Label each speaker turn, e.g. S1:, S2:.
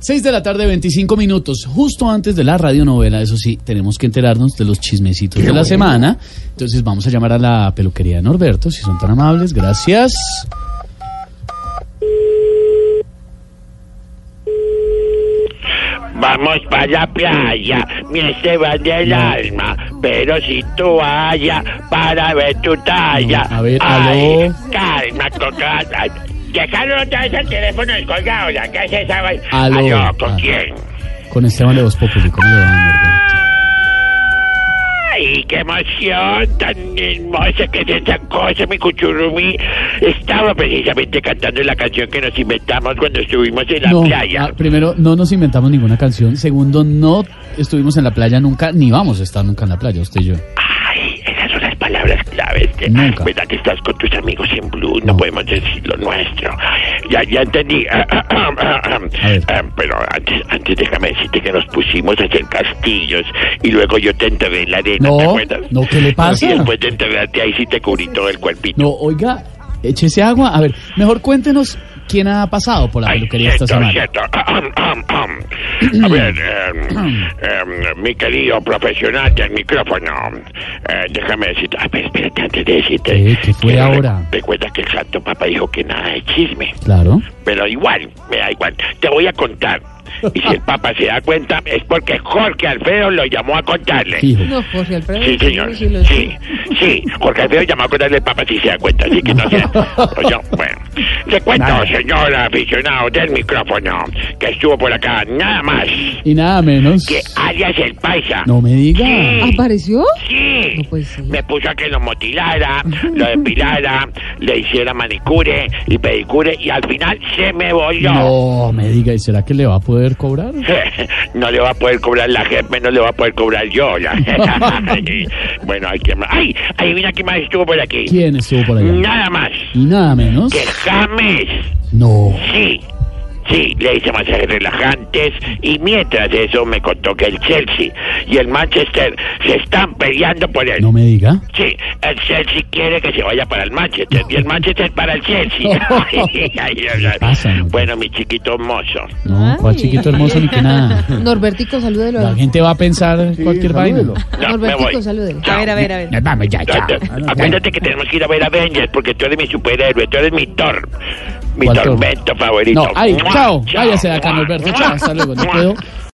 S1: 6 de la tarde, 25 minutos, justo antes de la radionovela. Eso sí, tenemos que enterarnos de los chismecitos de la semana. Entonces vamos a llamar a la peluquería de Norberto, si son tan amables. Gracias.
S2: Vamos para la playa, mi Esteban del alma, pero si tú vaya para ver tu talla.
S1: No, a ver,
S2: Ay,
S1: aló.
S2: Calma, coca. ay, Dejaron otra vez el teléfono descolgado, la que se sabe.
S1: Aló.
S2: ¿con
S1: Ah.
S2: quién?
S1: Con Esteban de Voz Populi, ¿cómo le va, Norberto?
S2: Ay, qué emoción tan hermosa que es esa cosa, mi cuchurumí. Estaba precisamente cantando la canción que nos inventamos cuando estuvimos en la
S1: No,
S2: playa.
S1: ah, primero, no nos inventamos ninguna canción. Segundo, no estuvimos en la playa nunca, ni vamos a estar nunca en la playa, usted y yo.
S2: Ay, esas son las palabras claves. De,
S1: Nunca.
S2: ¿Verdad que estás con tus amigos en Blue? No,
S1: No.
S2: podemos decir lo nuestro. Ya, ya entendí. Ah,
S1: ver.
S2: Eh, Pero antes, antes déjame decirte que nos pusimos a hacer castillos y luego yo te enterré en la arena,
S1: No,
S2: ¿te acuerdas?
S1: no, ¿qué le pasa?
S2: Y después de enterrarte ahí sí te cubrí todo el cuerpito.
S1: No, oiga, échese agua. A ver, mejor cuéntenos quién ha pasado por la
S2: Ay,
S1: peluquería esta
S2: cierto,
S1: semana.
S2: cierto. A ver, em, em, mi querido profesional del micrófono, eh, déjame decirte. A ver, espérate, antes de decirte.
S1: ¿Qué? ¿Qué fue
S2: que re-
S1: ahora?
S2: Recuerda que el santo papa dijo que nada de chisme.
S1: Claro.
S2: Pero igual, me da igual. Te voy a contar. Y si el papa se da cuenta, es porque Jorge Alfredo lo llamó a contarle.
S1: Hijo.
S3: Eh,
S2: Sí, señor. Sí, sí. Jorge Alfredo llamó a contarle al Papa si se da cuenta, así que no sé. Pues Yo, bueno, le cuento, señor aficionado del micrófono, que estuvo por acá nada más
S1: Y nada menos.
S2: que alias el Paisa.
S1: No me diga.
S2: Sí,
S3: ¿Apareció?
S2: sí.
S3: No puede ser.
S2: Me puso a que lo motilara, lo depilara, le hiciera manicure y pedicure y al final se me voló.
S1: No me diga, ¿y será que le va a poder cobrar?
S2: No le va a poder cobrar la jefe, no le va a poder cobrar yo. la- bueno, hay que más. ¡Ay! Adivina quién más estuvo por aquí.
S1: ¿Quién estuvo por allá?
S2: Nada más
S1: Y nada menos.
S2: que James.
S1: No.
S2: Sí. Sí, le hice masajes relajantes y mientras eso me contó que el Chelsea y el Manchester se están peleando por él.
S1: No me diga.
S2: Sí, el Chelsea quiere que se vaya para el Manchester y el Manchester para el Chelsea. Ay, ay, ay.
S1: ¿Qué pasa, hombre?
S2: bueno, mi chiquito mozo.
S1: No, cuál chiquito hermoso ni que nada.
S4: Norbertico, salúdelo.
S1: La gente va a pensar cualquier vaina.
S2: No, me voy.
S4: Norbertico, salúdelo.
S2: Chao.
S4: ver, a ver.
S1: Nos vamos ya,
S2: Ya,
S1: chao.
S2: ya. Acuérdate que tenemos que ir a ver Avengers porque tú eres mi superhéroe, tú eres mi Thor. Mi
S1: ¿Cuál Thor?
S2: tormento favorito.
S1: No, ay,
S2: ¡Mua!
S1: chao. Váyase de acá,
S2: ¡Mua!
S1: Norberto. Chao, hasta luego. No
S2: ¡Mua!
S1: puedo.